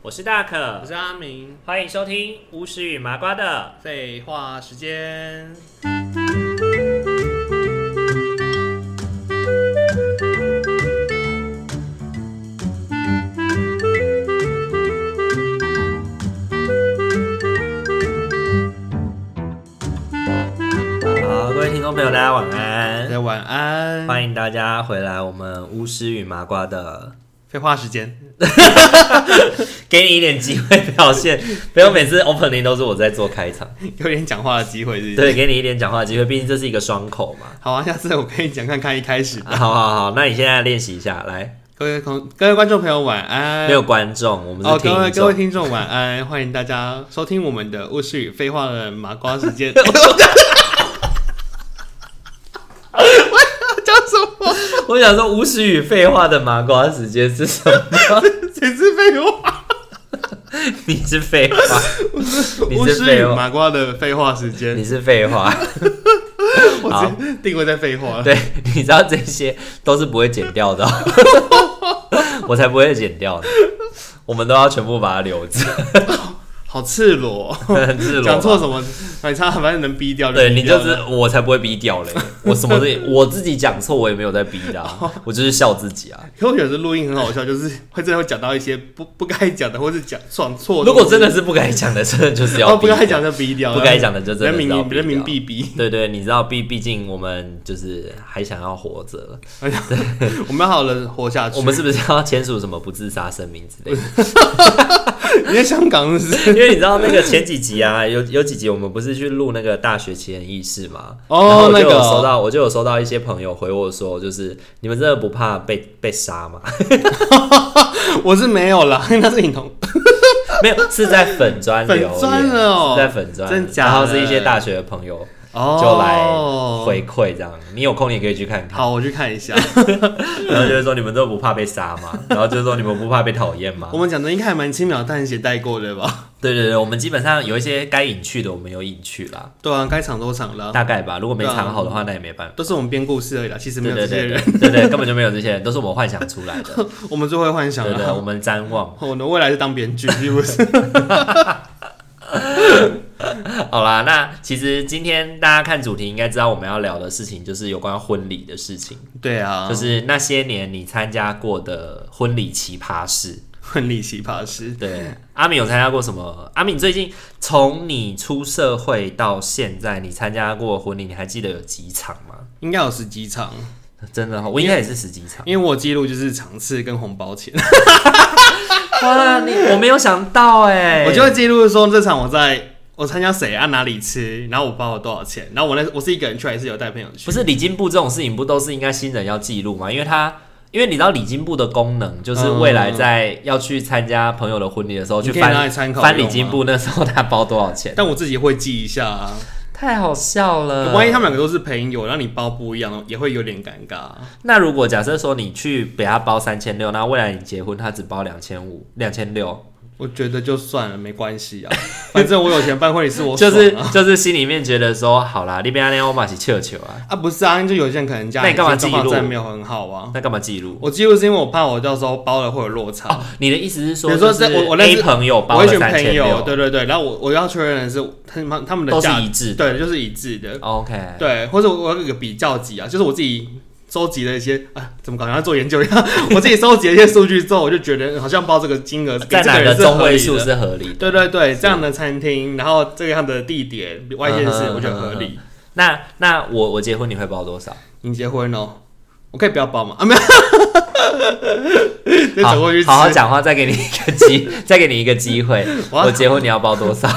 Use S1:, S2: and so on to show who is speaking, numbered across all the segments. S1: 我是大可
S2: 我，是阿明，
S1: 欢迎收听巫师与麻瓜的。
S2: 废话时间。
S1: 好，各位听众朋友，大家晚
S2: 大
S1: 安，
S2: 家晚安。
S1: 欢迎大家回来我们巫师与麻瓜的，
S2: 废话时间，
S1: 给你一点机会表 现，不要每次 opening 都是我在做开场，
S2: 有点讲话的机会是不是？
S1: 对，给你一点讲话的机会，毕竟这是一个双口嘛。
S2: 好啊，下次我跟你讲看看一开始。
S1: 啊好好好，那你现在练习一下，来，
S2: 各位同各位观众朋友晚安。
S1: 没有观众，我们
S2: 哦，
S1: 是
S2: 各位
S1: 听
S2: 各位
S1: 众。
S2: 听众晚安，欢迎大家收听我们的《物事与废话》的麻瓜时间。 哦我要讲什么？
S1: 我想说，无始与废话的麻瓜时间是 什么？
S2: 谁是废话？
S1: 你是废话，你
S2: 巫
S1: 是
S2: 师
S1: 废
S2: 与
S1: 话，
S2: 麻瓜的废话时间
S1: 你，是废话。
S2: 我直接定位在废话了。
S1: 对，你知道这些都是不会剪掉的哦、 我才不会剪掉的。我们都要全部把它留着，
S2: 好赤裸哦，
S1: 很赤裸吧
S2: 讲错什么？反正反正能逼掉
S1: 对
S2: 逼
S1: 你
S2: 掉
S1: 就是我才不会逼掉嘞。我什 么事我自己讲错，我也没有在逼的啊、
S2: 哦
S1: 我就是笑自己啊。
S2: 可我觉得录音很好笑， 就是会真的会讲到一些不不该讲的，或是讲讲错的。
S1: 如果真的是不该讲的，真的就是要
S2: 哦
S1: 逼
S2: 不
S1: 掉
S2: 该讲就逼掉，
S1: 不该讲的就真的
S2: 人民
S1: 是要逼掉
S2: 人民币逼。
S1: 对对，你知道，毕毕竟我们就是还想要活着，
S2: 我们要好了活下去。
S1: 我们是不是要签署什么不自杀声明之类的？
S2: 你在香港是不是？
S1: 因为你知道那个前几集啊，有有几集我们不是去录那个大学奇人异事嘛？然后
S2: 哦，
S1: 我就
S2: 那
S1: 有
S2: 个
S1: 收
S2: 哦
S1: 到，我就有收到一些朋友回我说，就是你们真的不怕被被杀吗？
S2: 我是没有啦， 那是你同
S1: 没有，是在粉砖留言
S2: 粉专了哦
S1: 是在粉砖，
S2: 真假的
S1: 然后是一些大学的朋友
S2: 哦
S1: 就来回馈这样，你有空也可以去看看，
S2: 好，我去看一下。
S1: 然后就是说你们都不怕被杀吗？ 然后就是说你们不怕被讨厌吗
S2: 我？们讲的应该还蛮轻描淡写带过的吧？
S1: 对对对，我们基本上有一些该隐去的，我们有隐去啦，
S2: 对啊，该藏都藏了，
S1: 大概吧。如果没
S2: 对啊
S1: 藏好的话，那也没办法。
S2: 都是我们编故事而已啦。其实没
S1: 对
S2: 有
S1: 对
S2: 这些
S1: 对
S2: 人，
S1: 对对对，根本就没有这些人，都是我们幻想出 来的。
S2: 我们最会幻想
S1: 对 对，我
S2: 了。哦
S1: 们瞻望。
S2: 我的未来是当编剧，是不是？
S1: 好啦，那其实今天大家看主题，应该知道我们要聊的事情就是有关婚礼的事情，
S2: 对 啊，
S1: 就是那些年你参加过的婚礼奇葩事。
S2: 婚礼奇葩事。
S1: 对，阿敏有参加过什么？阿敏最近从你出社会到现在，你参加过婚礼，你还记得有几场吗？
S2: 应该有十几场，
S1: 真的、哦，我应该也是十几场。
S2: 因为我记录就是场次跟红包钱，
S1: 哇，你我没有想到哎、
S2: 我就会记录说这场我在我参加谁啊按哪里吃，然后我包了多少钱，然后我那我是一个人去还是有带朋友去？
S1: 不是礼金部这种事情，不都是应该新人要记录吗？因为他。因为你知道礼金部的功能，就是未来在要去参加朋友的婚礼的时候，
S2: 嗯你
S1: 去
S2: 可以拿来
S1: 翻
S2: 参考
S1: 翻
S2: 用
S1: 礼
S2: 啊
S1: 金部那时候他包多少 钱，
S2: 但我自己会记一下啊，
S1: 太好笑了。
S2: 万一他们两个都是朋友，然后你包不一样，也会有点尴尬。
S1: 那如果假设说你去给他包三千六，那未来你结婚他只包两千五、两千六，
S2: 我觉得就算了，没关系啊，反正我有钱办婚礼是我
S1: 就
S2: 爽啊、
S1: 是就是心里面觉得说，好啦，你别那样我马是球球啊，
S2: 啊，不是啊，就有些人可能家
S1: 那你干嘛
S2: 里经济
S1: 记录
S2: 状况真的没有很好啊。
S1: 那干嘛记录？
S2: 我记录是因为我怕我到时候包了会有落差。
S1: 哦，你的意思是说，
S2: 比如说
S1: 就是
S2: 在我我认
S1: A
S2: 识
S1: 朋友包
S2: 我
S1: 了
S2: 一群
S1: 三千
S2: 朋友，
S1: 六，
S2: 对对对，然后我我要确认的是他们他们的
S1: 都是
S2: 价
S1: 一致的。
S2: 对，就是一致的，
S1: OK，
S2: 对，或者我有一个比较级啊，就是我自己收集了一些啊，怎么搞，像在做研究一样， 我自己收集了一些数据之后，我就觉得嗯好像报这个金额
S1: 在
S2: 跟这
S1: 哪
S2: 人
S1: 个
S2: 是
S1: 中
S2: 合
S1: 位
S2: 理
S1: 数
S2: 的
S1: 是合理的？
S2: 对对对，这样的餐厅，然后这样的地点、外
S1: 嗯
S2: 县市，
S1: 哼
S2: 我觉得合理。
S1: 那那我我结婚你会包多少？
S2: 你结婚哦，我可以不要包吗？啊，没有， 就
S1: 好
S2: 走过去吃
S1: 好。好讲话，再给你一个机，再给你一个机会。
S2: 我要
S1: 我结婚你要包多少？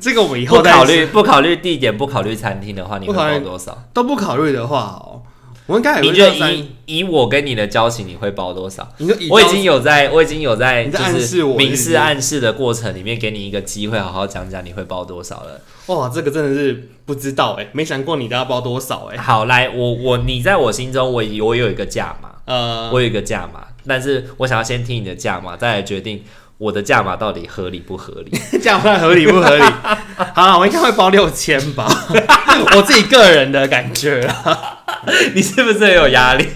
S2: 这个我们以后
S1: 不
S2: 再
S1: 考虑不考虑地点，不考虑餐厅的话，你会
S2: 不考虑
S1: 包多少？
S2: 都不考虑的话哦，我应该也
S1: 你
S2: 会
S1: 觉
S2: 到
S1: 得
S2: 三。
S1: 以以我跟你的交情，你会包多少？
S2: 你就以
S1: 我已
S2: 交
S1: 经有在，我已经有在，
S2: 你
S1: 就
S2: 在暗示
S1: 是
S2: 我
S1: 明
S2: 是不
S1: 示
S2: 是
S1: 暗示的过程里面，给你一个机会，好好讲讲你会包多少了。
S2: 哇，这个真的是不知道哎、没想过你都要包多少哎、
S1: 好，来，我我你在我心中，我我有一个价码，
S2: 呃，
S1: 我有一个价码，但是我想要先听你的价码，再来决定我的价码到底合理不合理。
S2: 这样算合理不合 理？好啦，我应该会包六千吧， 我自己个人的感觉啦，
S1: 你是不是很有压力？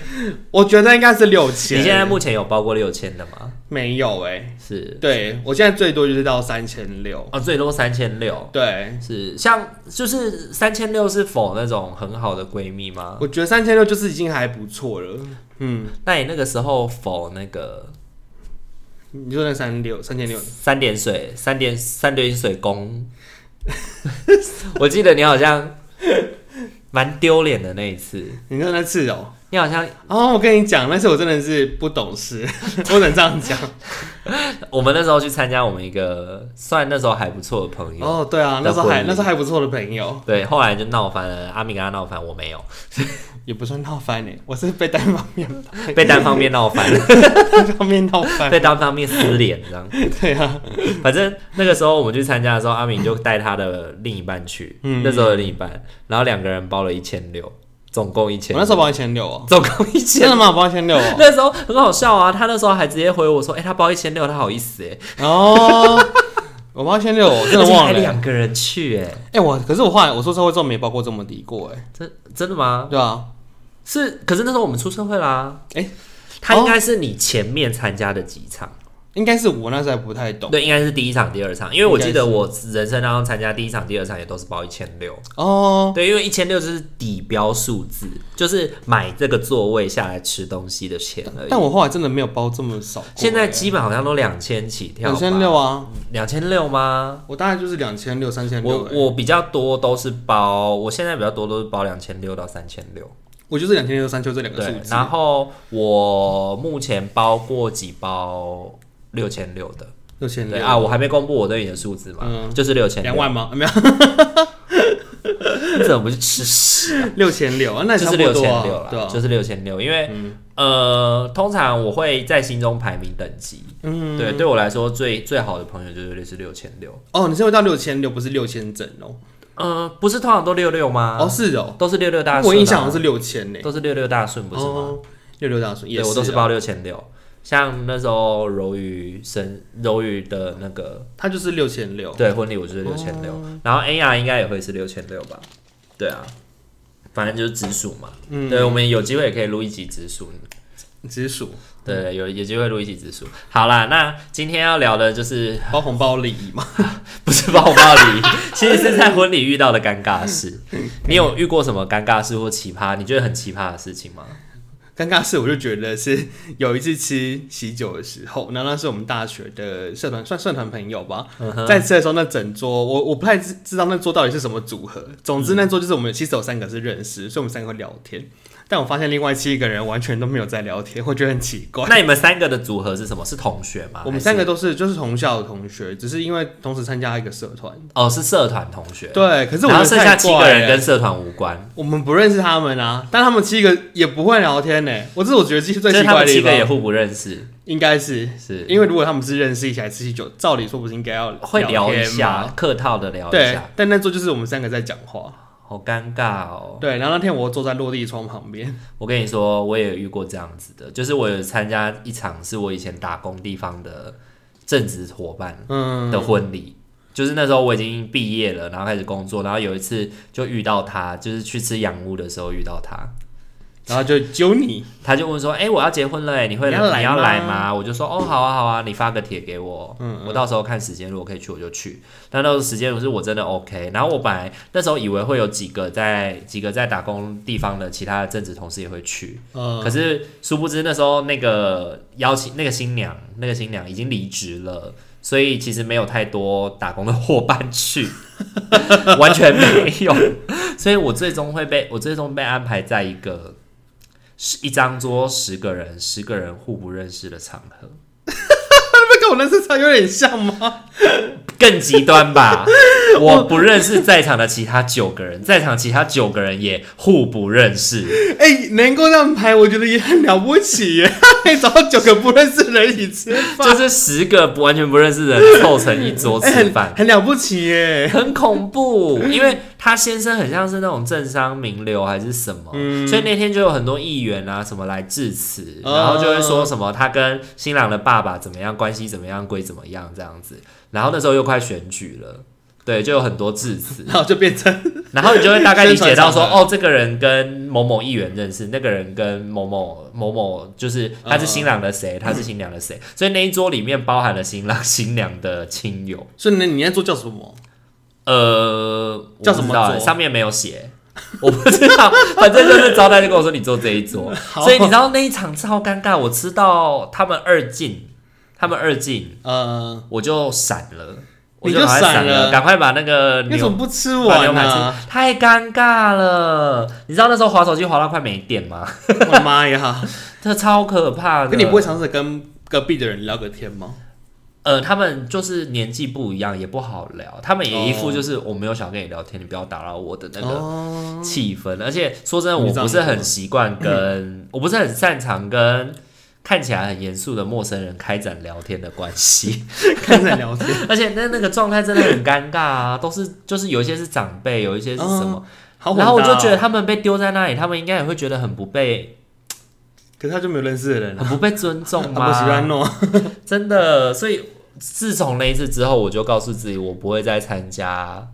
S2: 我觉得应该是六
S1: 你
S2: 千。
S1: 现在目前有包过六千的吗？
S2: 没有哎、
S1: 是
S2: 对我现在最多就是到三千六，
S1: 啊，最多三千六。
S2: 对。
S1: 是像就是三千六是否那种很好的闺蜜吗？
S2: 我觉得三千六就是已经还不错了，嗯，
S1: 那你那个时候否那个
S2: 你就那三六三千六，
S1: 三点水三点三点水工？我记得你好像蛮丢脸的那一次，
S2: 你就那次哦、
S1: 你好像
S2: 哦，我跟你讲，那次我真的是不懂事， 我只能这 样讲。
S1: 我们那时候去参加我们一个算那时候还不错的朋友，
S2: 哦，对啊，那时候
S1: 的婚
S2: 还
S1: 礼
S2: 那时候还不错的朋友，
S1: 对，后来就闹翻了，阿米跟他闹翻，我没 有
S2: 也不算闹翻呢，欸我是被单方面
S1: 被单方面闹翻，
S2: 单方面闹 翻。
S1: 被单方面撕脸这样。
S2: 对啊，
S1: 反正那个时候我们去参加的时候，阿明就带他的另一半去，
S2: 嗯
S1: 那时候的另一半，然后两个人包了一千六，总共一 千，
S2: 我那时候包一千六哦，
S1: 总共一
S2: 真
S1: 千。
S2: 的吗？我包一千六哦。
S1: 那时候很好笑啊，他那时候还直接回我说：“哎、他包一千六，他好意思哎、
S2: 哦，我包一千六，我真的
S1: 而且
S2: 忘
S1: 还
S2: 了 欸。
S1: 两个人去哎、
S2: 哎、我可是我后来我出社会之后没包过这么低过哎、
S1: 真真的吗？
S2: 对啊，
S1: 是，可是那时候我们出社会啦。
S2: 哎
S1: 他应该是你前面参加的几场，
S2: 应该是我那时候还不太懂
S1: 对，应该是第一场、第二场，因为我记得
S2: 哦应
S1: 我人生当中参加第一场、第二场也都是包一千六，
S2: 哦。
S1: 对，因为一千六就是底标数字，就是买这个座位下来吃东西的钱而已。
S2: 但我后来真的没有包这么少过欸、
S1: 现在基本好像都两千起跳，
S2: 两千六，啊，
S1: 两千六吗？
S2: 我大概就是两千六、三千
S1: 我
S2: 六。哎
S1: 我比较多都是包，我现在比较多都是包两千六到三千六，
S2: 我就是两千六、三千六这两个
S1: 对
S2: 数。字。
S1: 然后我目前包过几包六千六的，
S2: 六千
S1: 对
S2: 六
S1: 啊，我还没公布我对你的数字嘛，
S2: 嗯
S1: 就是六千
S2: 两，万吗？啊没有，
S1: 你怎么不去吃屎？
S2: 六千六，那也
S1: 就
S2: 差
S1: 是
S2: 不
S1: 六
S2: 多
S1: 千
S2: 啊
S1: 六啦，
S2: 对啊，嗯
S1: 就是六千六，因为、呃，通常我会在心中排名等级，
S2: 嗯，
S1: 对，对我来说最最好的朋友就是类似六千六，
S2: 哦，你是会到六千六，不是六千整哦？
S1: 呃，不是通常都六六吗？
S2: 哦，是哦，
S1: 都是六六啊大顺、啊，
S2: 我印象好像是六千呢，
S1: 都是六六大顺，不是吗？
S2: 哦，六六大顺也
S1: 对，
S2: 是啊，
S1: 我都是包六千六。像那时候柔宇生柔宇的那个
S2: 他就是六千六，
S1: 对婚礼，我就是六千六，然后 A R 应该也会是六千六吧？对啊，反正就是直属嘛。
S2: 嗯
S1: 对，我们有机会也可以录一集直属，
S2: 直属
S1: 对，有有机会录一起指数。好啦，那今天要聊的就是
S2: 包红包礼仪嘛，
S1: 不是包红包礼仪， 其实是在婚礼遇到的尴尬事。你有遇过什么尴尬事或奇葩？你觉得很奇葩的事情吗？
S2: 尴尬是我就觉得是有一次吃喜酒的时候，那那是我们大学的社团算社团朋友吧，
S1: 嗯
S2: 在吃的时候那整桌我我不太知知道那桌到底是什么组合，总之那桌就是我们其实有三个是认识，所以我们三个会聊天。但我发现另外七个人完全都没有在聊天，我觉得很奇 怪。
S1: 那你们三个的组合是什么？是同学吗？
S2: 我们
S1: 还是
S2: 三个都是就是同校的同学，只是因为同时参加一个社团。
S1: 哦，是社团同学。，
S2: 对，可是我
S1: 然后
S2: 们
S1: 剩
S2: 太
S1: 下七
S2: 怪
S1: 个人
S2: 了
S1: 跟社团无关，
S2: 我们不认识他们啊，但他们七个也不会聊天呢、我这是我觉得最
S1: 就
S2: 最
S1: 是
S2: 奇
S1: 他
S2: 怪
S1: 们
S2: 的地
S1: 七个也
S2: 方，
S1: 互不认识，
S2: 应该是
S1: 是
S2: 因为如果他们是认识一起来吃喜酒，照理说不是应该要
S1: 会聊一
S2: 天
S1: 下
S2: 吗？，
S1: 客套的聊一
S2: 对
S1: 下，，
S2: 但那桌就是我们三个在讲话。
S1: 好尴尬哦。
S2: 对，然后那天我坐在落地窗 旁边，
S1: 我跟你说，我也有遇过这样子的，就是我有参加一场是我以前打工地方的正职伙伴
S2: 嗯，
S1: 的婚礼，就是那时候我已经毕业了，然后开始工作，然后有一次就遇到他，就是去吃洋屋的时候遇到他，
S2: 然后就揪你，
S1: 他就问说：“哎、我要结婚了、哎，你会
S2: 你要来吗
S1: 你要来吗？”我就说：“哦，好啊，好啊，你发个帖给我，
S2: 嗯
S1: 我到时候看时间，如果可以去我就去。”但那时候时间不是我真的 OK，然后我本来那时候以为会有几个在几个在打工地方的其他的正职同事也会去，
S2: 呃
S1: 可，是殊不知那时候那个邀请那个新娘，那个新娘已经离职了，所以其实没有太多打工的伙伴去，完全没有。所以我最终会被我最终被安排在一个是一张桌十个人，十个人互不认识的场合，
S2: 那跟我认识他有点像吗？
S1: 更极端吧。我不认识在场的其他九个人，在场其他九个人也互不认识，
S2: 哎、能够这样排，我觉得也很了不起耶！ 还找到九个不认识的人一起吃饭，
S1: 就是十个不完全不认识的人凑成一桌
S2: 哎、
S1: 吃
S2: 很
S1: 饭。
S2: 很了不起耶！
S1: 很恐怖，因为他先生很像是那种政商名流还是什么，
S2: 嗯
S1: 所以那天就有很多议员啊什么来致辞，
S2: 哦
S1: 然后就会说什么他跟新郎的爸爸怎么样，关系怎么样，归怎么样这样子。然后那时候又快选举了，对，就有很多致辞，
S2: 然后就变成
S1: 然后你就会大概理解到说，
S2: 宣传场合
S1: 哦，这个人跟某某议员认识，那个人跟某某某某，就是他是
S2: 嗯
S1: 新郎的谁，他是新娘的谁，所以那一桌里面包含了新郎 新娘的亲友。
S2: 所以你你在做叫什么？
S1: 呃，我不
S2: 叫什么
S1: 知道欸
S2: 桌
S1: 上面没有写， 我不知道， 反正就是招待就跟我说你坐这一 桌，所以你知道那一场超尴尬，我吃到他们二进，他们二进，
S2: 呃，
S1: 我就闪了，我
S2: 你
S1: 就
S2: 就
S1: 赶快
S2: 闪
S1: 闪
S2: 了
S1: 赶快把那个
S2: 你
S1: 牛
S2: 怎么不啊吃
S1: 把牛
S2: 完呢、
S1: 排吃，太尴尬了。你知道那时候滑手机滑到快没电吗？
S2: 我的妈呀！
S1: 这超可怕的。
S2: 那你不会尝试跟隔壁的人聊个天吗？
S1: 呃，他们就是年纪不一样，也不好聊。他们也一副
S2: 哦
S1: 就是我没有想跟你聊天，你不要打扰我的那个
S2: 哦，
S1: 气氛。而且说真的，
S2: 你
S1: 我
S2: 这样
S1: 不
S2: 子
S1: 是很习惯跟，我不是很擅长跟看起来很严肃的陌生人开展聊天的关系。
S2: 看在聊天，
S1: 而且那那个状态真的很尴尬啊，都是就是有一些是长辈，有一些是什么，
S2: 好火大哦
S1: 然后我就觉得，他们被丢在那里，他们应该也会觉得很不被
S2: 可是他就没有认识的人啊，
S1: 很不被尊 重
S2: 他
S1: 吧？
S2: 不喜欢弄。
S1: 真的，所以自从那一次之后，我就告诉自己，我不会再参加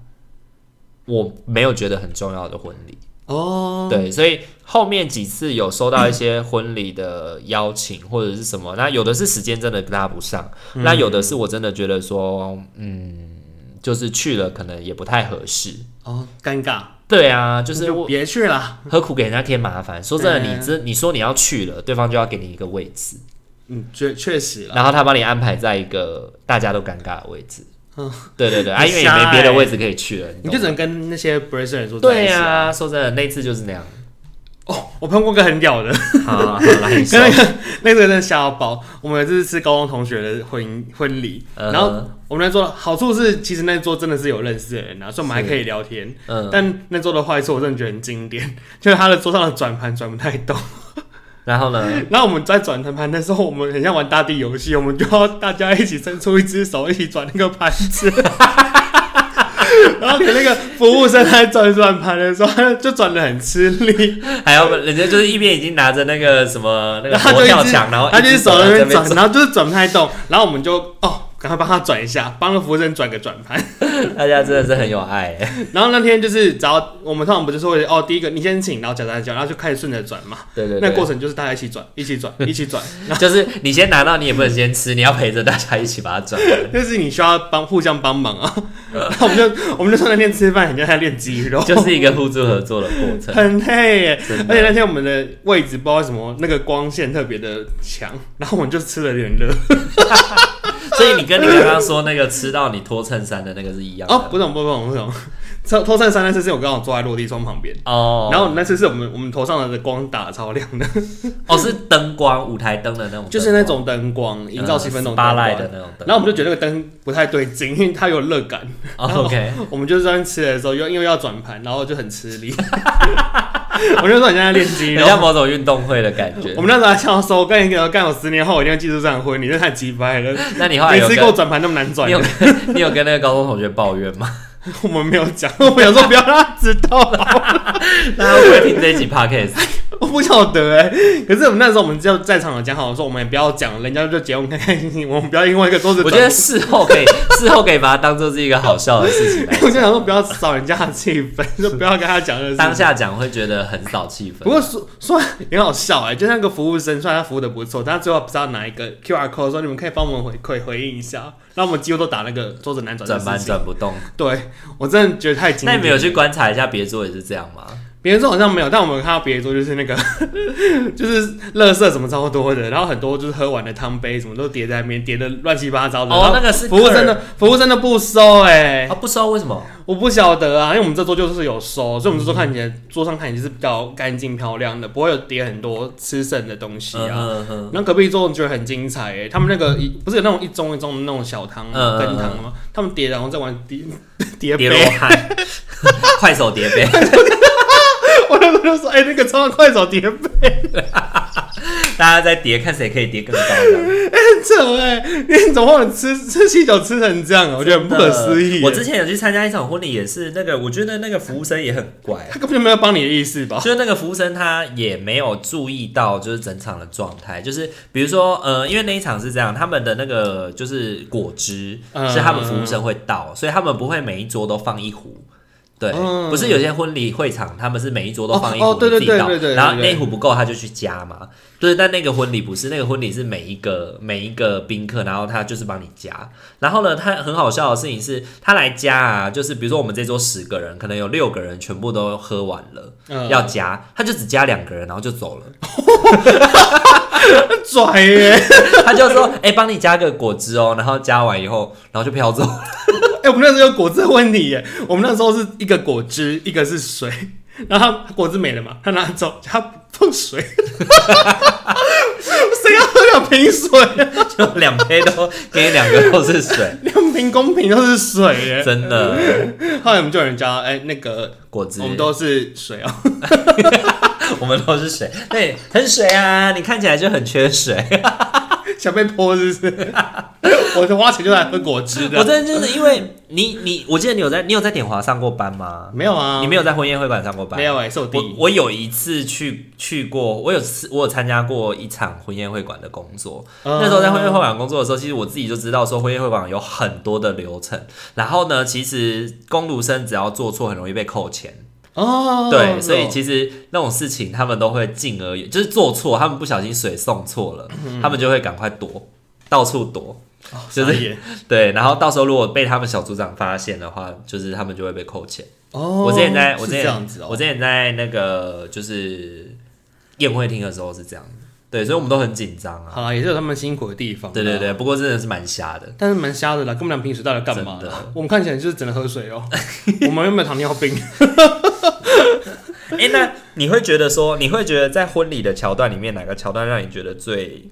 S1: 我没有觉得很重要的婚礼。
S2: 哦，
S1: 对，所以后面几次有收到一些婚礼的邀请或者是什么，那有的是时间真的搭不上，
S2: 嗯
S1: 那有的是我真的觉得说，嗯，就是去了可能也不太合适。
S2: 哦，尴尬，
S1: 对啊，就是
S2: 那
S1: 我
S2: 别去了。
S1: 何苦给人家添麻烦？说真的，
S2: 对啊
S1: 你这你说你要去了，对方就要给你一个位置，
S2: 嗯，确确实啦，
S1: 然后他帮你安排在一个大家都尴尬的位置。
S2: 嗯
S1: 对对对，啊，
S2: 很
S1: 因为也
S2: 瞎
S1: 没别的
S2: 欸
S1: 位置可以去了，你
S2: 你
S1: 懂
S2: 就只
S1: 吗
S2: 能跟那些不认识的人说在
S1: 对
S2: 一起。
S1: 啊，说真的，那次就是那 样。
S2: 哦，我碰过个很屌的，
S1: 好啊，好啦你说
S2: 跟那个那个真的吓到爆。我们有一次是高中同学的婚婚礼，
S1: 嗯哼
S2: 然后我们那桌好处是，其实那桌真的是有认识的人啊，所以我们还可以聊天。
S1: 嗯，
S2: 但那桌的坏处我真的觉得很经典， 就是他的桌上的转盘转不太动。
S1: 然后呢？
S2: 然后我们在转盘盘的时候，我们很像玩大地游戏，我们就要大家一起伸出一只手，一起转那个盘子。 然后给那个服务生在转转盘的时候，他就转的很吃力，
S1: 还有人家就是一边已经拿着那个什么那个
S2: 然后他
S1: 佛
S2: 就
S1: 跳
S2: 一直，
S1: 墙，然后
S2: 他
S1: 一
S2: 就是
S1: 只
S2: 手
S1: 在
S2: 在那
S1: 这
S2: 边转
S1: 边，
S2: 然后就是转不太动，然后我们就哦，赶快帮他转一下，帮那服务生转个转盘。
S1: 大家真的是很有爱欸。
S2: 然后那天就是只要我们通常不就是会哦，第一个你先请，然后讲讲讲，然后就开始顺着转嘛。
S1: 对对
S2: 那过
S1: 对，
S2: 程就是大家一起转，一起转，一 起转，
S1: 就是你先拿到，你也不能先吃，你要陪着大家一起把它转完。
S2: 就是你需要帮互相帮忙 啊。然后我们就我们就说那天吃饭很像在练肌肉，
S1: 就是一个互助合作的过程。
S2: 很累耶。
S1: 真
S2: 而且那
S1: 的，
S2: 天我们的位置不知道为什么那个光线特别的强，然后我们就吃了点热。
S1: 所以你跟你刚刚说那个吃到你脱衬衫的那个是一样的
S2: 哦，不懂不懂不懂，偷偷衬衫那次是我刚好坐在落地窗旁边。
S1: 哦，
S2: 然后那次是我们我们头上的光打得超亮 的，
S1: 哦是灯光舞台灯的那种灯光，
S2: 就是那种灯光营造气氛那种灯
S1: 巴
S2: 光。
S1: 赖的那种灯。
S2: 然后我们就觉得那啊个灯不太对劲，因为它有热 感。
S1: 哦 OK，
S2: 我们就是在那边吃的时候，又因为要转盘，然后就很吃 力。我就说你现在练肌
S1: 很
S2: 肉，
S1: 像某种运动会的感觉
S2: 我。们那时候还笑说，我跟你讲，干我十年后我一定要记住这场婚礼，这太鸡掰了。
S1: 那你后来
S2: 每
S1: 有
S2: 次
S1: 跟
S2: 给我转盘那么难转
S1: 你，有跟 你有跟那个高中同学抱怨吗？
S2: 我们没有讲，我们想说不要让他知道啦，
S1: 那他会不会听这一集 podcast？
S2: 我不晓得哎、 可是我们那时候我们就在场有讲好说，我们也不要讲，人家就结婚开开心心，我们不要因为一个桌子
S1: 我
S2: 转
S1: 觉得事后可以 事后可以把它当做是一个好笑的事情来
S2: 我就想说不要扫人家的气 氛，就不要跟他讲这个事
S1: 当
S2: 情。
S1: 下讲，会觉得很扫气
S2: 不
S1: 氛。
S2: 过说说来也很好笑哎、就那个服务生，虽然他服务的不错，但他最后不知道拿一个 QR code 说你们可以帮我们回馈回应一下，然后我们几乎都打那个桌子难转的
S1: 转班
S2: 事情。
S1: 转不动，
S2: 对我真的觉得太经
S1: 那
S2: 典。
S1: 你们有去观察一下别桌也是这样吗？
S2: 别人桌好像没有，但我们有看到别人桌就是那个 就是垃圾什么超多的，然后很多就是喝完的汤杯什么都叠在那边，叠的乱七八糟的。
S1: 哦，那
S2: 然后
S1: 个是
S2: 服务生
S1: 客人
S2: 的服务生的不收哎、
S1: 啊，不收为什么？
S2: 我不晓得啊，因为我们这桌就是有收，所以我们这桌看起来桌上看起来是比较干净漂亮的，不会有叠很多吃剩的东西啊。
S1: 嗯嗯嗯，
S2: 然后隔壁桌我觉得很精彩哎诶，他们那个一不是有那种一盅一盅的那种小汤
S1: 嗯嗯
S2: 羹汤吗？他们叠然后在玩叠 叠
S1: 叠
S2: 杯
S1: 罗，汉， 快手叠杯，
S2: 我那时候就说哎、那个超快手叠杯，
S1: 大家在叠，看谁可以叠更高的。
S2: 很扯哎、你怎么会吃吃喜酒吃成这样啊？我觉得很不可思议、
S1: 呃我之前有去参加一场婚礼，也是那个，我觉得那个服务生也很乖，
S2: 他根本就没有帮你的意思 吧？
S1: 就是那个服务生他也没有注意到，就是整场的状态，就是比如说，呃，因为那一场是这样，他们的那个就是果汁
S2: 嗯
S1: 是他们服务生会倒，所以他们不会每一桌都放一壶。对，
S2: 嗯
S1: 不是有些婚礼会场，他们是每一桌都放一
S2: 哦
S1: 壶
S2: 哦对对
S1: 你自己倒
S2: 对对对对
S1: 然后
S2: 对
S1: 那一壶不够他就去加嘛。对，但那个婚礼不是，那个婚礼是每一个每一个宾客，然后他就是帮你加。然后呢，他很好笑的事情是，他来加啊，就是比如说我们这桌十个人，可能有六个人全部都喝完了，
S2: 嗯
S1: 要加，他就只加两个人，然后就走了。
S2: 拽耶、
S1: 他就说：“哎、帮你加个果汁哦。”然后加完以后，然后就飘走了。
S2: 哎、我们那时候有果汁的问题耶，我们那时候是一个果汁，一个是水，然后他果汁没了嘛，他拿走，他放水， 谁要喝两瓶水 啊？
S1: 就两杯都给你两个都是水，
S2: 两瓶公瓶都是水耶。
S1: 真 的
S2: 后来我们就有人教，哎、那个
S1: 果汁，
S2: 我们都是水哦，
S1: 我们都是水，对，很水啊！你看起来就很缺 水。
S2: 想被泼是不是？ 我是花钱就来喝果汁
S1: 我
S2: 的，
S1: 真的就是因为你，你我记得你有在你有在点华上过班吗？
S2: 没有啊，
S1: 你没有在婚宴会馆上过班？
S2: 没有哎、是我弟，
S1: 我我有一次去去过，我有次我有参加过一场婚宴会馆的工作。
S2: 嗯
S1: 那时候在婚宴会馆工作的时候，其实我自己就知道说婚宴会馆有很多的流程。然后呢，其实工读生只要做错，很容易被扣钱。
S2: 哦，
S1: 对，所以其实那种事情他们都会敬而远，就是做错，他们不小心水送错了，他们就会赶快躲，到处躲。就
S2: 傻
S1: 是
S2: 眼
S1: 对，然后到时候如果被他们小组长发现的话，就是他们就会被扣钱。
S2: 哦，
S1: 我之前在我
S2: 是
S1: 之前
S2: 这样子哦，
S1: 我之前在那个就是宴会厅的时候是这样的，对，所以我们都很紧张啊。
S2: 好啦，也是有他们辛苦的地方，
S1: 对对对，不过真的是蛮瞎的，
S2: 但是蛮瞎的啦，根本两瓶水到底干嘛
S1: 真的？
S2: 我们看起来就是只能喝水哦、 我们又没有糖尿病，
S1: 哎、那你会觉得说，你会觉得在婚礼的桥段里面，哪个桥段让你觉得最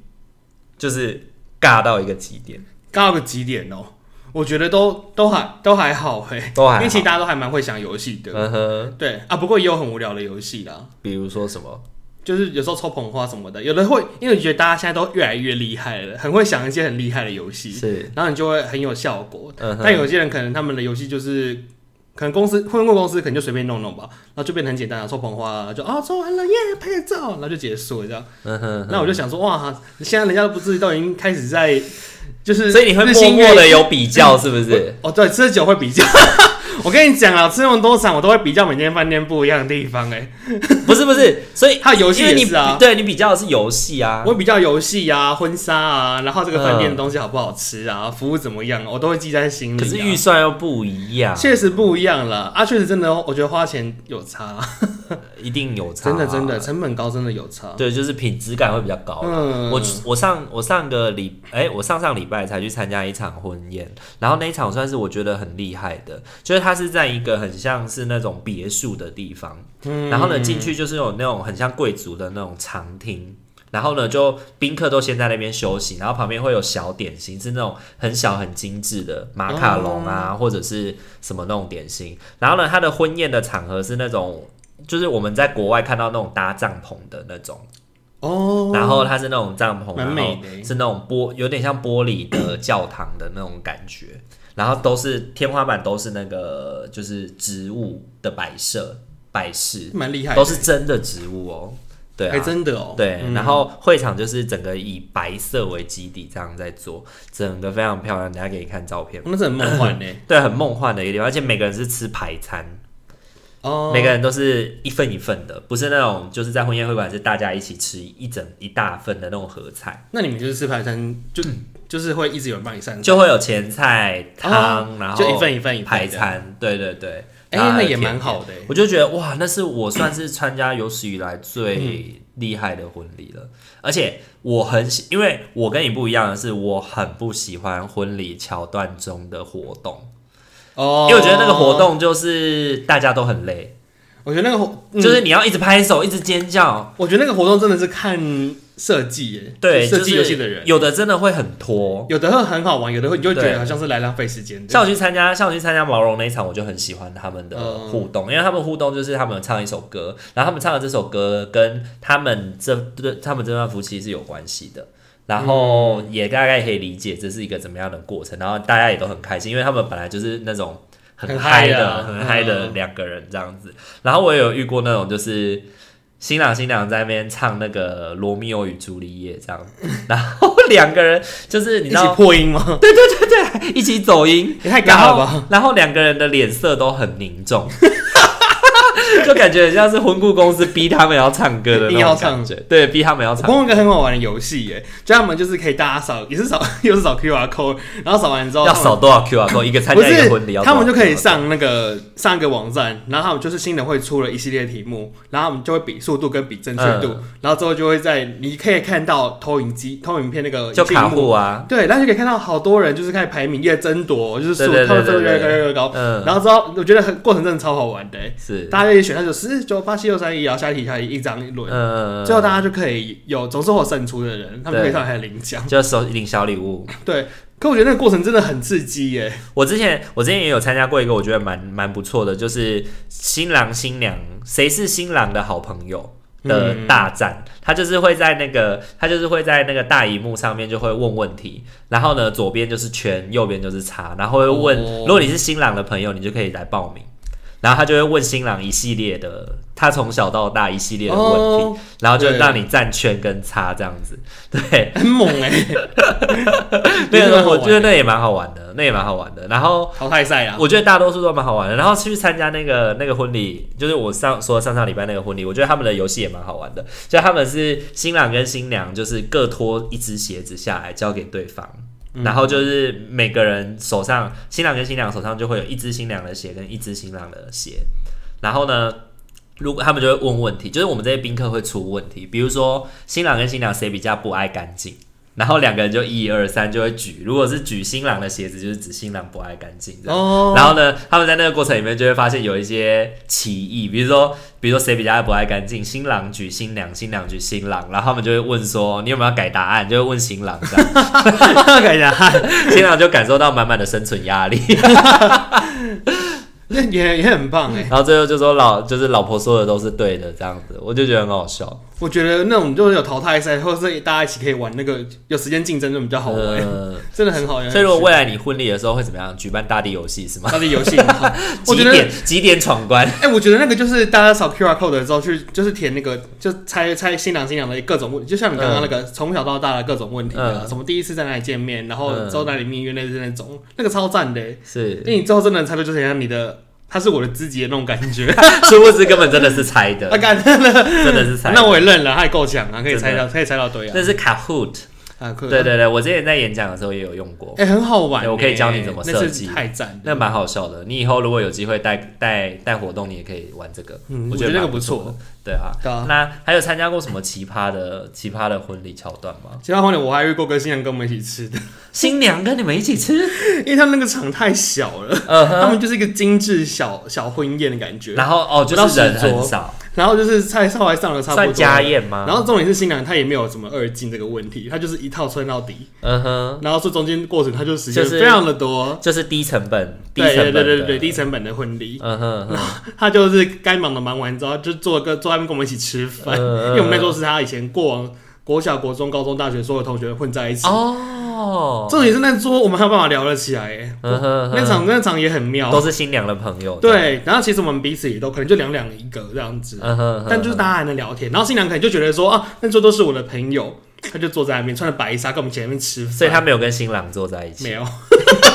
S1: 就是尬到一个极点？
S2: 尬到个极点哦、我觉得都都还都还好嘿、
S1: 都还好
S2: 因为其实大家都还蛮会想游戏的。
S1: 嗯哼，
S2: 对啊，不过也有很无聊的游戏啦，
S1: 比如说什么？
S2: 就是有时候抽捧花什么的，有的会，因为我觉得大家现在都越来越厉害了，很会想一些很厉害的游戏，
S1: 是，
S2: 然后你就会很有效果。
S1: 嗯
S2: 但
S1: 哼，
S2: 有些人可能他们的游戏就是。可能公司婚顾公司可能就随便弄弄吧，然后就变得很简单啊，抽捧花啊就啊抽完了耶拍照，然后就结束了这样。
S1: 嗯哼，
S2: 那我就想说，哇，现在人家不是都已经开始在，就是
S1: 所以你会
S2: 日
S1: 默
S2: 新月
S1: 默的
S2: 异
S1: 有比较，是不 是？
S2: 哦，对，吃酒会比较。 我跟你讲啊，吃那么多场，我都会比较每间饭店不一样的地方、欸。
S1: 不是不是，所以
S2: 还 有游戏
S1: 因为
S2: 也
S1: 你
S2: 是啊，
S1: 对你比较的是游戏啊，
S2: 我会比较游戏啊、婚纱啊，然后这个饭店的东西好不好吃啊、服务怎么样啊，我都会记在心里、
S1: 可
S2: 啊。
S1: 是预算又不一样，
S2: 确实不一样了啊，确实真的哦，我觉得花钱有差啊、
S1: 一定有差、啊
S2: 真的真 的，成本高，真的有差。
S1: 对，就是品质感会比较高啦。
S2: 嗯
S1: 我我上我上个礼哎、我上上礼拜才去参加一场婚宴，然后那一场算是我觉得很厉害的，就是它是在一个很像是那种别墅的地方，然后呢进去就是有那种很像贵族的那种长厅。然后呢，就宾客都先在那边休息，然后旁边会有小点心，是那种很小很精致的马卡龙啊，或者是什么那种点心。然后呢，它的婚宴的场合是那种，就是我们在国外看到那种搭帐篷的那种，
S2: 哦，
S1: 然后它是那种帐篷，
S2: 蛮
S1: 然
S2: 美
S1: 后
S2: 的
S1: 是那种玻，有点像玻璃的教堂的那种感觉，然后都是天花板都是那个就是植物的摆设摆饰，
S2: 蛮厉害的，
S1: 都是真的植物哦，对
S2: 还
S1: 啊。
S2: 真的哦。
S1: 对，
S2: 嗯
S1: 然后会场就是整个以白色为基底，这样在做，整个非常漂亮。等一下给你看照片，
S2: 哦那是很梦幻呢、
S1: 对，很梦幻的一个地方，而且每个人是吃排餐，
S2: 哦，
S1: 每个人都是一份一份的，不是那种就是在婚宴会馆是大家一起吃一整一大份的那种合菜。
S2: 那你们就是吃排餐，就、就是会一直有人帮你上菜，
S1: 嗯就会有前菜、汤，然后
S2: 哦就一份一份一份
S1: 排
S2: 的。
S1: 餐，对对对，
S2: 哎、
S1: 然后还
S2: 那
S1: 有
S2: 也
S1: 甜
S2: 蛮
S1: 点。
S2: 好的、欸
S1: 我就觉得哇，那是我算是参加有史以来最厉害的婚礼了。而且我很喜，因为我跟你不一样的是，我很不喜欢婚礼桥段中的活动，
S2: 哦
S1: 因为我觉得那个活，动就是大家都很累，
S2: 我觉得那个活、嗯
S1: 就是你要一直拍手，一直尖叫。
S2: 我觉得那个活动真的是看设计耶，
S1: 对，
S2: 嗯设
S1: 就
S2: 计
S1: 是
S2: 游戏的人，
S1: 有的真的会很拖。
S2: 有的会很好玩，有的会你就会觉
S1: 对
S2: 得好像是来浪费时间
S1: 像
S2: 的。
S1: 我去参加，像我去参加毛绒那一场，我就很喜欢他们的
S2: 嗯
S1: 互动，因为他们互动就是他们有唱一首歌，然后他们唱的这首歌跟他们这对他们这段夫妻是有关系的，然后
S2: 嗯
S1: 也大概可以理解这是一个怎么样的过程，然后大家也都很开心，因为他们本来就是那种很
S2: 很
S1: 嗨
S2: 嗨
S1: 的、
S2: 啊
S1: 很嗨的
S2: 嗯
S1: 两个人这样子，然后我也有遇过那种就是。新郎新娘在那边唱那个《罗密欧与朱丽叶》这样，然后两个人就是你
S2: 一
S1: 知
S2: 起
S1: 道
S2: 破音吗？
S1: 一起走音，
S2: 也太
S1: 然
S2: 尬了
S1: 后，
S2: 吧！
S1: 然后两个人的脸色都很凝重，就感觉很像是婚顾公司逼他们要唱歌的
S2: 一
S1: 那
S2: 定要
S1: 种感
S2: 唱
S1: 觉，对，逼他们要
S2: 我
S1: 唱。
S2: 碰到一个很好玩的游戏耶，就他们就是可以大家扫，也是扫，又是扫 QR code，然后扫完之后
S1: 要扫多少 QR code？一个
S2: 他
S1: 参
S2: 们
S1: 加一个婚礼要多少
S2: 不是，他们
S1: QR
S2: 就可以
S1: code
S2: 上那个上一个网站，然后他们就是新人会出了一系列题目，然后他们就会比速度跟比正确度，然后之后就会在你可以看到投影机投影片那个
S1: 就卡
S2: 荧幕
S1: 户啊，
S2: 对，然后就可以看到好多人就是开始排名越争夺，就是速
S1: 对对对
S2: 他们分数
S1: 对
S2: 越
S1: 对
S2: 高越高越高，
S1: 嗯，
S2: 然后之后我觉得很过程真的超好玩的耶，
S1: 是，
S2: 大家就选那就十九八七六三一，然后下一题下一题一张一轮，
S1: 嗯，
S2: 最后大家就可以有总是会有胜出的人，他们
S1: 对
S2: 就可以上台领奖。
S1: 就收领小礼物。
S2: 对，可我觉得那个过程真的很刺激耶。
S1: 我之前我之前也有参加过一个，我觉得蛮蛮不错的，就是新郎新娘谁是新郎的好朋友的
S2: 嗯
S1: 大战，他就是会在那个他就是会在那个大荧幕上面就会问问题，然后呢左边就是圈，右边就是叉，然后会问、
S2: 哦
S1: 如果你是新郎的朋友，你就可以来报名。然后他就会问新郎一系列的，他从小到大一系列的问题，
S2: 哦，
S1: 然后就
S2: 对
S1: 让你站圈跟叉这样子。对，
S2: 很猛 哎，
S1: 那
S2: 真的
S1: 个
S2: 很好
S1: 我
S2: 玩
S1: 觉得那也蛮好玩的，那也蛮好玩的。然后
S2: 淘汰赛啊，
S1: 我觉得大多数都蛮好玩的。然后去参加那个那个婚礼，就是我上说上上礼拜那个婚礼，我觉得他们的游戏也蛮好玩的。就他们是新郎跟新娘，就是各脱一只鞋子下来交给对方。然后就是每个人手上，新郎跟新娘手上就会有一只新娘的鞋跟一只新郎的鞋。然后呢，如果他们就会问问题，就是我们这些宾客会出问题，比如说新郎跟新娘谁比较不爱干净，然后两个人就一二三就会举，如果是举新郎的鞋子，就是指新郎不爱干净这样。
S2: 哦，
S1: 然后呢，他们在那个过程里面就会发现有一些歧义，比如说，比如说谁比较不爱干净，新郎举新娘，新娘举新郎，然后他们就会问说你有没有要改答案，就会问新郎这 样，
S2: 改
S1: 啊
S2: 一下，
S1: 新郎就感受到满满的生存压力，
S2: 那也也很棒哎。
S1: 然后最后就说老就是老婆说的都是对的这样子，我就觉得很好笑，
S2: 我觉得那种就是有淘汰赛，或者是大家一起可以玩那个有时间竞争，就比较好玩，
S1: 呃
S2: 真的很好玩。
S1: 所以如果未来你婚礼的时候会怎么样？举办大地游戏是吗？
S2: 他的游戏很好，我
S1: 几
S2: 觉得
S1: 点几点闯关？
S2: 哎、我觉得那个就是大家扫 QR code 的时候去，就是填那个，就猜猜新郎新娘的各种问题，就像你刚刚那个从、小到大的各种问题啊，
S1: 嗯
S2: 什么第一次在哪里见面，然后
S1: 嗯
S2: 之后哪里蜜月类似那种，那个超赞的、欸
S1: 是
S2: 因，为你最后真的猜对，就是像你的他是我的知己的那种感 觉。
S1: 殊不知根本真的是猜的
S2: 啊，，干，
S1: 真的是猜的。
S2: 那我也认了，他也够强啊，可以
S1: 真的
S2: 猜到，可以猜到对啊，
S1: 那是 Kahoot，
S2: 啊，可以
S1: 对，对对，我之前在演讲的时候也有用过，
S2: 哎、很好玩、
S1: 对我可以教你怎么
S2: 欸那是
S1: 设计
S2: 太赞了。
S1: 那蛮好笑的。你以后如果有机会带带带活动，你也可以玩这个，
S2: 嗯，
S1: 我
S2: 我
S1: 觉
S2: 觉得那
S1: 蛮
S2: 个不错。
S1: 的。对啊，
S2: 对啊
S1: 那还有参加过什么奇葩的奇葩的婚礼桥段吗？
S2: 其他婚礼我还遇过跟新娘跟我们一起吃的，
S1: 新娘跟你们一起吃，
S2: 因为他们那个场太小了，
S1: 嗯
S2: 他
S1: 哼，
S2: 们就是一个精致小小婚宴的感 觉。
S1: 然后哦，
S2: 不到
S1: 就是
S2: 十
S1: 人很
S2: 桌
S1: 少，
S2: 然后就是菜稍微上了差不多，
S1: 算家宴吗？
S2: 然后重点是新娘她也没有什么二进这个问题，她就是一套穿到底，
S1: 嗯哼，
S2: 然后这中间过程她就时间
S1: 就是
S2: 非常的多，
S1: 就是低成本，低
S2: 对
S1: 成
S2: 对
S1: 本，
S2: 对对对，低，成本的婚礼，
S1: 嗯哼嗯哼，
S2: 她就是该忙的忙完之后，就坐个坐在那边跟我们一起吃饭，
S1: 嗯
S2: 因为我们那桌是她以前过往国小、国中、高中、大学所有同学混在一起，
S1: 哦，
S2: 重点是那桌我们还有办法聊得起来耶，
S1: 嗯哼，
S2: 那场那场也很妙
S1: 都，是新娘的朋友，，
S2: 哦对，然后其实我们彼此也都可能就两两一个这样子，
S1: 嗯哼，
S2: 但就是大家还能聊天。然后新娘可能就觉得说啊，那桌都是我的朋友，她就坐在那边穿着白纱跟我们前面吃饭，
S1: 所以他没有跟新郎坐在一起
S2: 没。有。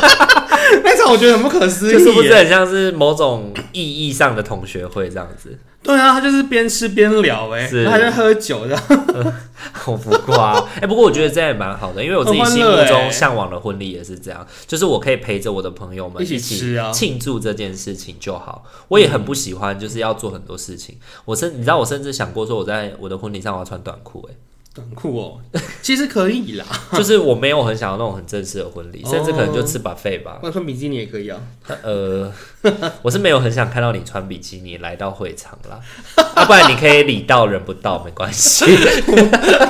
S2: 那场我觉得很不可思
S1: 这是不
S2: 议
S1: 是
S2: 耶。
S1: 很像是某种意义上的同学会这样子？
S2: 对啊，她就是边吃边聊哎，
S1: 是
S2: 然后还在喝酒的。
S1: 好浮夸、哎、不过我觉得这样也蛮好的，因为我自己心
S2: 很
S1: 目
S2: 欢乐
S1: 中
S2: 欸
S1: 向往的婚礼也是这样，就是我可以陪着我的朋友们
S2: 一起吃啊
S1: 庆祝这件事情就好。我也很不喜 欢就是要做很多事情，我甚你知道我甚至想过说我在我的婚礼上我要穿短裤、哎，
S2: 短裤哦，其实可以 啦，
S1: 就是我没有很想要那种很正式的婚礼，甚至可能就吃
S2: 哦
S1: buffet 吧。
S2: 那穿比基尼也可以啊。
S1: 呃，我是没有很想看到你穿比基尼来到会场啦， 要、不然你可以礼到人不到没关 系。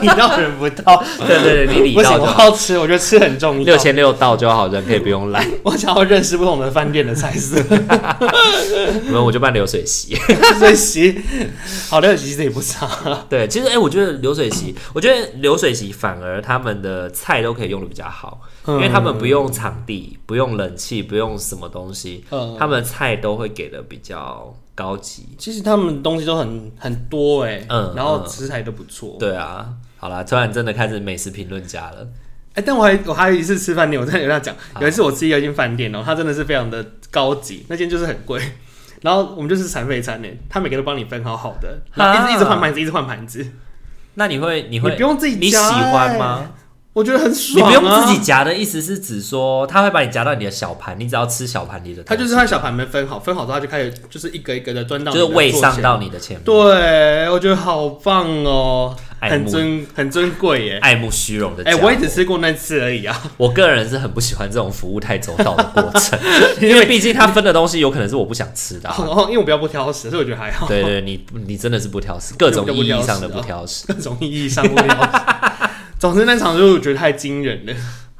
S2: 你到人不到，
S1: 对对对，你礼
S2: 不行，
S1: 到就
S2: 我
S1: 好，
S2: 要吃，我觉得吃很重要。
S1: 六，千六到就好，人可以不用来。
S2: 我想要认识不同的饭店的菜色，
S1: 没有，我就办流水席。
S2: 所以其实好的其实也不差。
S1: 对，其实哎、诶我觉得流水席，我觉得流水席反而他们的菜都可以用的比较好，
S2: 嗯
S1: 因为他们不用场地，不用冷气，不用什么东西，
S2: 嗯
S1: 他们菜都会给的比较高级。
S2: 其实他们东西都很很多哎、
S1: 嗯
S2: 然后
S1: 嗯
S2: 食材都不错。
S1: 对啊，好啦，突然真的开始美食评论家了。
S2: 哎、但我还我还有一次吃饭店，我真的有跟他讲，有一次我自己有一间饭店哦、它真的是非常的高级，那间就是很贵。 然后我们就是残废餐呢，他每个都帮你分好好的，然后一直
S1: 啊
S2: 一直换盘子，一直换盘子，
S1: 那你会你
S2: 你
S1: 会
S2: 不用自己
S1: 你喜
S2: 夹欸
S1: 欢吗？
S2: 我觉得很
S1: 你
S2: 爽、啊。
S1: 不用自己，夹的意思是指说他会把你夹到你的小盘，你只要吃小盘里的东
S2: 他
S1: 西，
S2: 就是他小盘们分好，分好之后他就开始就是一个一个的端到
S1: 就
S2: 你
S1: 是
S2: 的
S1: 喂
S2: 桌
S1: 上
S2: 前
S1: 到你的前面，
S2: 对，我觉得好棒哦、
S1: 爱慕
S2: 很尊很尊 贵耶。
S1: 爱慕虚荣的。
S2: 哎、我也只，吃过那次而已啊。
S1: 我个人是很不喜欢这种服务太周到的过 程，因为毕竟他分的东西有可能是我不想吃的啊、
S2: 然哦后因为我比较不挑食，所以我觉得还好。
S1: 对对，你你真的是不挑食，各种意义上的不挑食。
S2: 各种意义上不挑食。 总之那场就是我觉得太惊人了，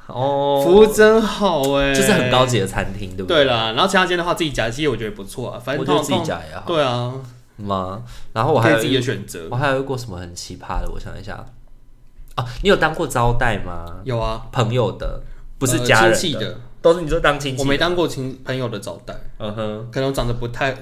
S1: 哦，
S2: 服务真好哎、
S1: 就是很高。级的餐厅，对不
S2: 对啦，然后其他间的话自己夹，其实我觉得不错啊，反
S1: 我
S2: 正
S1: 觉得
S2: 通
S1: 自己。夹也
S2: 通
S1: 好
S2: 对啊，
S1: 嘛。然后我还
S2: 可以
S1: 有
S2: 自己
S1: 一
S2: 的选择。
S1: 我还有遇过什么很奇葩的？我想一下啊，你有当过招待吗？
S2: 有啊，
S1: 朋友的，不是
S2: 呃
S1: 家人
S2: 亲戚的，
S1: 都是你说当亲戚。
S2: 我没，当过亲朋友的招待，
S1: 嗯哼，
S2: 可能我长得不太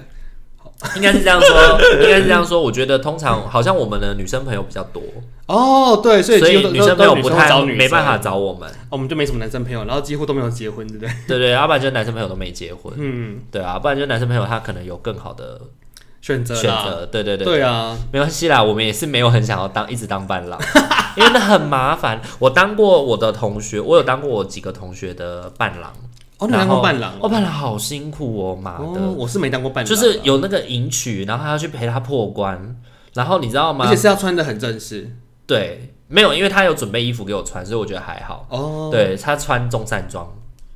S1: 应该是这样说，应该是这样说。我觉得通常好像我们的女生朋友比较多，
S2: 哦，对，所
S1: 所
S2: 以几
S1: 以
S2: 乎都
S1: 女生朋
S2: 都
S1: 友
S2: 都女
S1: 不
S2: 生
S1: 太
S2: 找女生
S1: 没办法，找我们，
S2: 哦我们就没什么男生朋友，然后几乎都没有结婚，对不对？
S1: 对对，要不然就是男生朋友都没结婚，
S2: 嗯，
S1: 对啊，不然就是男生朋友他可能有更好的
S2: 选择
S1: 选
S2: 啦，
S1: 择，对对对，
S2: 对啊，
S1: 没关系啦，我们也是没有很想要当一直当伴郎，因为那很麻烦。我当过我的同学，我有当过我几个同学的伴郎。
S2: 哦，你当
S1: 然后
S2: 过伴郎
S1: 哦，
S2: 哦，
S1: 伴郎好辛苦哦，妈的，
S2: 哦我是没当过伴郎啊，
S1: 就是有那个迎娶，然后还要去陪他破关，然后你知道
S2: 而
S1: 吗
S2: 且？是要穿的很正式
S1: 对，没有，因为他有准备衣服给我穿，所以我觉得还好。
S2: 哦，
S1: 对他穿中山装，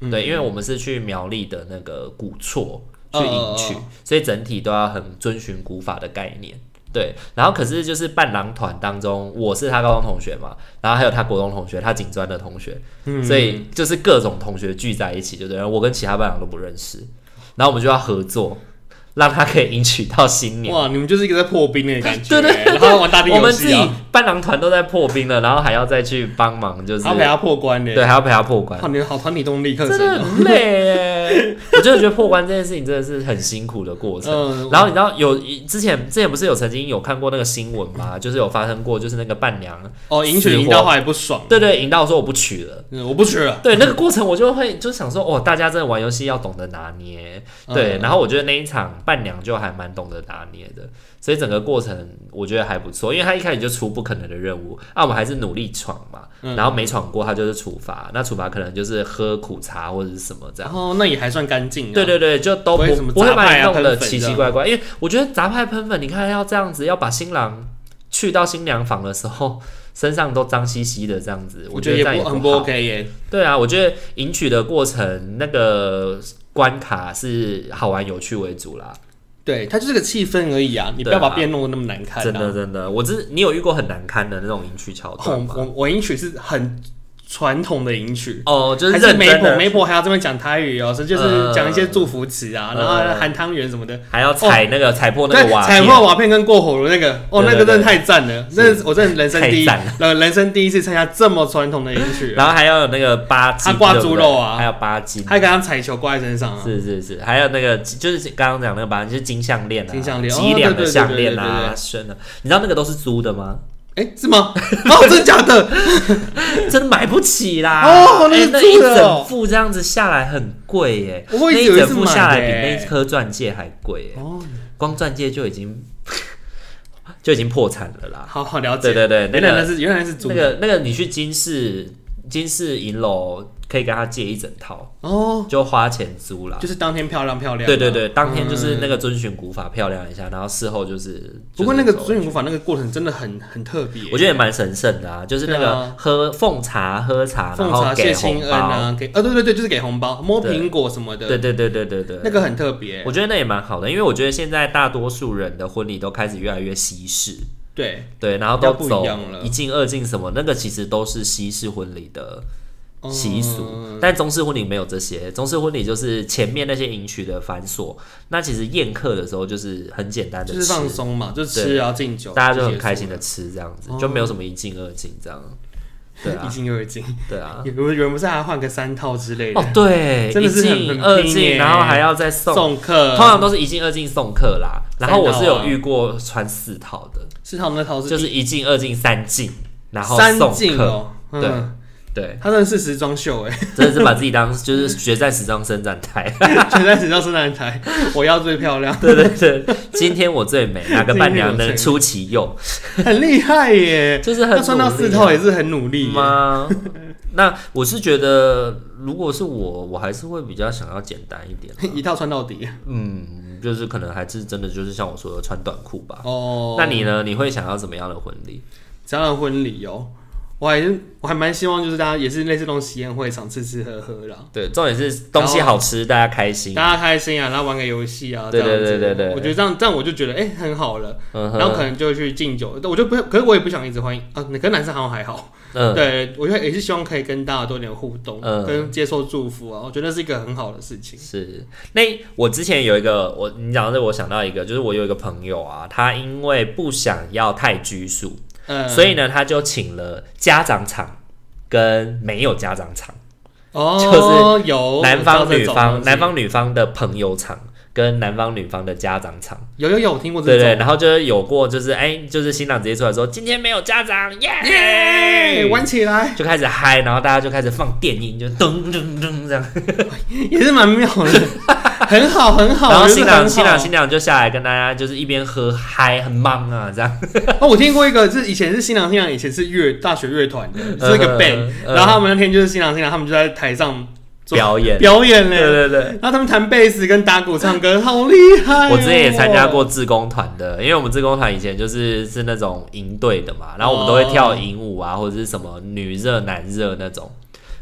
S2: 嗯
S1: 对，因为我们是去苗栗的那个古厝去
S2: 哦
S1: 迎娶，
S2: 哦
S1: 所以整体都要很遵循古法的概念。对，然后可是就是伴郎团当中，我是他高中同学嘛，然后还有他国中同学，他警专的同学，
S2: 嗯
S1: 所以就是各种同学聚在一起，就对了。我跟其他伴郎都不认识，然后我们就要合作，让他可以迎娶到新娘。
S2: 哇，你们就是一个在破冰的感觉，
S1: 对对对
S2: 然后玩大地
S1: 我
S2: 游
S1: 们自
S2: 戏
S1: 己
S2: 啊，
S1: 伴郎团都在破冰了，然后还要再去帮忙，就是
S2: 然后陪他破关呢，
S1: 对，还要陪他破关。
S2: 哇，你们好团体动力课
S1: 真
S2: 程
S1: 的
S2: 哦，
S1: 很累耶！ 我真的觉得破关这件事情真的是很辛苦的过程。
S2: 嗯，
S1: 然后你知道有之前之前不是有曾经有看过那个新闻吗？就是有发生过，就是那个伴娘
S2: 哦，迎娶
S1: 死
S2: 赢到
S1: 活
S2: 后来不爽，
S1: 对对引到说我不娶了。
S2: 嗯我不娶了，
S1: 对那个过程，我就会就想说，哦，大家真的玩游戏要懂得拿捏，对。
S2: 嗯
S1: 然后我觉得那一场伴娘就还蛮懂得拿捏的，所以整个过程我觉得还不错，因为她一开始就出不可能的任务，啊，我们还是努力闯嘛，
S2: 嗯
S1: 然后没闯过她就是处罚，那处罚可能就是喝苦茶或者是什么这样
S2: 然。后那也还算干净啊，
S1: 对对对，就都
S2: 不
S1: 不
S2: 会什么
S1: 不会
S2: 杂
S1: 把
S2: 派
S1: 你
S2: 啊
S1: 弄
S2: 喷
S1: 得
S2: 粉
S1: 奇
S2: 这
S1: 奇
S2: 样
S1: 怪怪，因为我觉得杂派喷粉，你看要这样子，要把新郎去到新娘房的时候， 身上都脏兮兮的这样子，
S2: 我
S1: 觉得
S2: 觉
S1: 这样
S2: 得也
S1: 也
S2: 不很
S1: 不
S2: 不
S1: 好。
S2: OK 耶，
S1: 对啊，我觉得迎娶的过程那个关卡是好玩有趣为主啦，
S2: 对，它就是个气氛而已啊，你不要
S1: 对啊
S2: 把别人弄得那么难看啊，
S1: 真的真的，我只你有遇过很难堪的那种迎娶桥段
S2: 哦
S1: 吗？
S2: 我我迎娶是很传统的迎娶，
S1: 哦，就是
S2: 还是
S1: 认
S2: 媒
S1: 真
S2: 婆
S1: 的，呃
S2: 媒婆还要这边讲台语哦，是就是讲一些祝福词啊，
S1: 嗯
S2: 然后含汤圆什么的。
S1: 还要踩那个踩破那
S2: 哦对
S1: 个，瓦
S2: 踩
S1: 片，啊
S2: 破瓦片跟过火炉那个，哦，
S1: 对对
S2: 那个真的太赞了，那是我真的人生第一
S1: 太赞了，
S2: 呃，人生第一次参加这么传统的迎娶啊，
S1: 然后还要有那个八斤，
S2: 还挂
S1: 对不
S2: 猪
S1: 对
S2: 肉啊
S1: 还有八斤，
S2: 还给他彩球挂在身上啊，
S1: 是是是，还有那个就是刚刚讲那个吧，就是金项链啊，
S2: 金项链哦
S1: 脊梁的项链
S2: 哦对对对对对
S1: 啊，
S2: 对
S1: 真的，你知道那个都是租的吗？
S2: 哎，是吗？ 哦，真的假的？
S1: 真的买不起啦！
S2: 哦那
S1: 哎
S2: 是
S1: 那
S2: 租
S1: 一
S2: 的哦
S1: 整副这样子下来很贵耶，
S2: 我
S1: 那
S2: 一直以
S1: 一
S2: 为
S1: 整
S2: 是
S1: 副
S2: 买
S1: 下来
S2: 的
S1: 比
S2: 耶
S1: 那颗钻戒还贵耶，
S2: 哦，
S1: 光钻戒就已经 就已经破产了啦。
S2: 好好了
S1: 对对
S2: 解，
S1: 对，那
S2: 原来
S1: 个
S2: 那是原来是主
S1: 那个那个，你去金饰金饰银楼可以跟他借一整套，
S2: 哦，
S1: 就花钱租啦。
S2: 就是当天漂亮啊漂亮。
S1: 对对。对，当天就是
S2: 嗯
S1: 那个遵循古法漂亮一下，然后事后就是。
S2: 不过那个
S1: 就是
S2: 尊影无法那个过程真的很很特别，
S1: 我觉得也蛮神圣的啊，就是那
S2: 对
S1: 个
S2: 啊
S1: 喝奉茶、喝茶，然
S2: 奉
S1: 后
S2: 茶
S1: 给
S2: 谢
S1: 红
S2: 亲恩
S1: 包。
S2: 啊，给啊对对对，就是给红包，摸苹果什么的，
S1: 对对对对对对，
S2: 那个很特别。
S1: 我觉得那也蛮好的，因为我觉得现在大多数人的婚礼都开始越来越西式，
S2: 对，
S1: 对，然后都
S2: 比较不
S1: 走
S2: 一样了
S1: 一进二进什么，那个其实都是西式婚礼的习俗，
S2: 嗯
S1: 但中式婚礼没有这些。中式婚礼就是前面那些迎娶的繁琐，那其实宴客的时候就是很简单的
S2: 就
S1: 吃，
S2: 是放松嘛，就是
S1: 对
S2: 吃啊敬酒，
S1: 大家就很开心
S2: 的。
S1: 的吃这样子，
S2: 哦
S1: 就没有什么一进二进这样。对
S2: 一
S1: 啊，
S2: 进又一进，
S1: 对 啊。
S2: 有有人不是还换个三套之类的，
S1: 哦，对，
S2: 真
S1: 一
S2: 的是很
S1: 进
S2: 很
S1: 二
S2: 拼
S1: 进，
S2: 耶
S1: 然后还要再送，
S2: 送客，
S1: 通常都是一进二进送客啦。然后我是有遇过穿四套的，
S2: 是他们那套是
S1: 就是一进二进三进，然后
S2: 三
S1: 送
S2: 进
S1: 客，
S2: 哦，
S1: 对
S2: 嗯，
S1: 对，
S2: 他真的是时装 秀哎，
S1: 真的是把自己当就是决战时装伸展台。
S2: 全在时装生男台，我要最漂亮，
S1: 对对对，今天我最美，哪个伴娘
S2: 今天我最
S1: 能
S2: 美
S1: 出其右？
S2: 很厉害耶，
S1: 就是很
S2: 他穿到
S1: 努力
S2: 四
S1: 啊
S2: 套也是很努力耶，
S1: 吗？ 那我是觉得，如果是我，我还是会比较想要简单一点啦。
S2: 一套穿到底
S1: 嗯，就是可能还是真的就是像我说的穿短裤吧。
S2: 哦。
S1: 那你呢？你会想要怎么样的婚礼？
S2: 展览婚礼哦，我还是我还蛮希望就是大家也是类似那种喜宴会场吃吃喝喝啦，
S1: 对，重点是东西好吃，大家开心。
S2: 大家开心啊，然后玩个游戏啊，
S1: 对
S2: 这样子
S1: 对对对对
S2: 我觉得这样这样我就觉得哎、很好了，
S1: 嗯
S2: 然后可
S1: 哼，
S2: 能就会去敬酒，我就不可是我也不想一直欢迎啊，跟男生好像还好，
S1: 嗯，
S2: 对我觉得也是希望可以跟大家多一点互动，
S1: 嗯
S2: 跟接受祝福啊，我觉得是一个很好的事情。
S1: 是。那我之前有一个，我你讲到这，我想到一个，就是我有一个朋友啊，他因为不想要太拘束，
S2: 嗯，
S1: 所以呢，他就请了家长场跟没有家长场，
S2: 哦，有
S1: 男方女方，男
S2: 男
S1: 方女方的朋友场跟男方女方的家长场。
S2: 有有有，我听过
S1: 对
S2: 这
S1: 对，
S2: 种，
S1: 然后就是有过，就是哎，就是新郎直接出来说，今天没有家长，耶、
S2: 耶，玩起来
S1: 就开始嗨，然后大家就开始放电音，就噔噔噔这样，
S2: 也是蛮妙 的，很好很好。
S1: 然后
S2: 我觉得
S1: 新郎
S2: 很好
S1: 新郎新娘就下来跟大家就是一边喝嗨，很忙啊这样，
S2: 哦，我听过一个，是以前是新郎新娘，以前是乐大学乐团的，是一个
S1: 嗯
S2: band，
S1: 嗯
S2: 然后他们那天就是新郎新娘，他们就在台上做
S1: 表演，
S2: 表演
S1: 对对
S2: 嘞，
S1: 对。
S2: 然后他们弹贝斯跟打鼓 唱歌，好厉害哦！
S1: 我之前也参加过志工团的，因为我们志工团以前就是是那种营队的嘛，然后我们都会跳营舞啊，或者是什么女热男热那种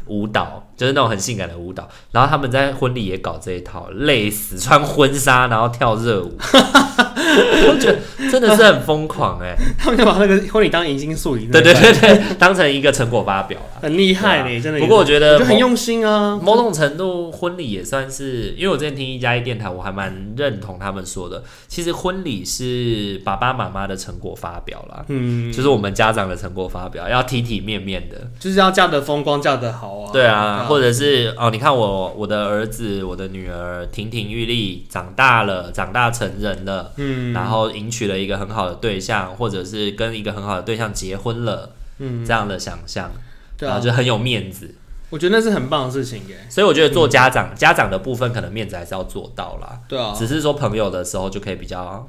S1: 舞蹈，就是那种很性感的舞蹈。然后他们在婚礼也搞这一套，累死，穿婚纱然后跳热舞， 我觉得真的是很疯狂哎、
S2: 他们就把那个婚礼当迎新宿营，
S1: 对对，对对，当成一个成果发表啦。
S2: 很厉害
S1: 对
S2: 嘞，
S1: 啊
S2: 真的。
S1: 不过我觉得
S2: 就很用心啊，
S1: 某种程度，婚礼也算是，因为我之前听一加一电台，我还蛮认同他们说的。其实婚礼是爸爸妈妈的成果发表啦，
S2: 嗯，
S1: 就是我们家长的成果发表，要体体面面的。
S2: 就是要嫁得风光，嫁得好啊。
S1: 对啊，或
S2: 者
S1: 者是哦，你看我我的儿子、我的女儿亭亭玉立，长大了，长大成人了，
S2: 嗯，
S1: 然后迎娶了一个很好的对象，或者是跟一个很好的对象结婚了，
S2: 嗯，
S1: 这样的想象，
S2: 对
S1: 然后
S2: 啊，
S1: 就很有面子。
S2: 我觉得那是很棒的事情耶。
S1: 所以我觉得做家长、家长的部分，可能面子还是要做到啦。
S2: 对啊，
S1: 只是说朋友的时候就可以比较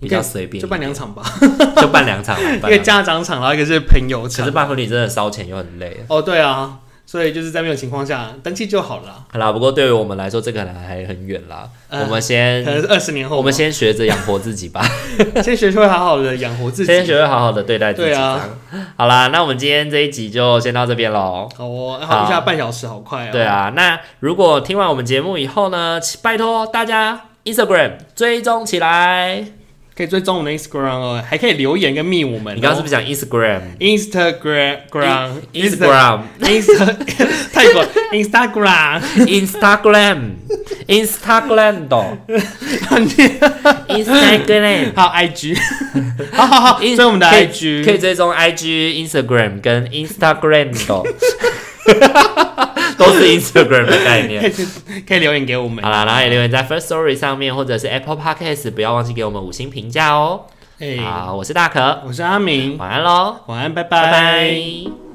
S1: 比
S2: 你可以
S1: 较随便一点，
S2: 就办两场吧，
S1: 就办两场啦，
S2: 一
S1: 办
S2: 个
S1: 两场
S2: 家长场，然后一个是朋友
S1: 可
S2: 场
S1: 是。办婚礼真的烧钱又很累。
S2: 哦，对啊，所以就是在没有情况下登记就好了啊，
S1: 好啦，不过对于我们来说，这个可能还很远啦。
S2: 嗯
S1: 我们
S2: 可能
S1: 先
S2: 是二十年后吧，
S1: 我们先学着养活自己吧，
S2: 先学会好好的养 活自己。
S1: 先学会好好的对待自己。
S2: 对啊，
S1: 好啦，那我们今天这一集就先到这边喽。
S2: 好哦，
S1: 好
S2: 好一下半小时，好快啊。
S1: 对，啊，那如果听完我们节目以后呢，拜托大家 Instagram 追踪起来。
S2: 可以追踪我们的 Instagram 哦，还可以留言跟密我们哦。
S1: 你刚刚是不是讲 Instagram？Instagram
S2: Instagram
S1: Instagram
S2: Insta 泰国 Instagram
S1: Instagram Instagram 的 Instagram，
S2: 还有 IG，好好好，追我们的
S1: 可以
S2: IG
S1: 可以追踪 IG Instagram 跟 Instagram 的，都是 Instagram 的概念。
S2: 可以留言给我们
S1: 好。啦，然后也留言在 First Story 上面，或者是 Apple Podcast，不要忘记给我们五星评价哦。
S2: 哎，
S1: 好，我是大可，
S2: 我是阿明，
S1: 晚安喽，
S2: 晚安，拜
S1: 拜
S2: 拜。
S1: 拜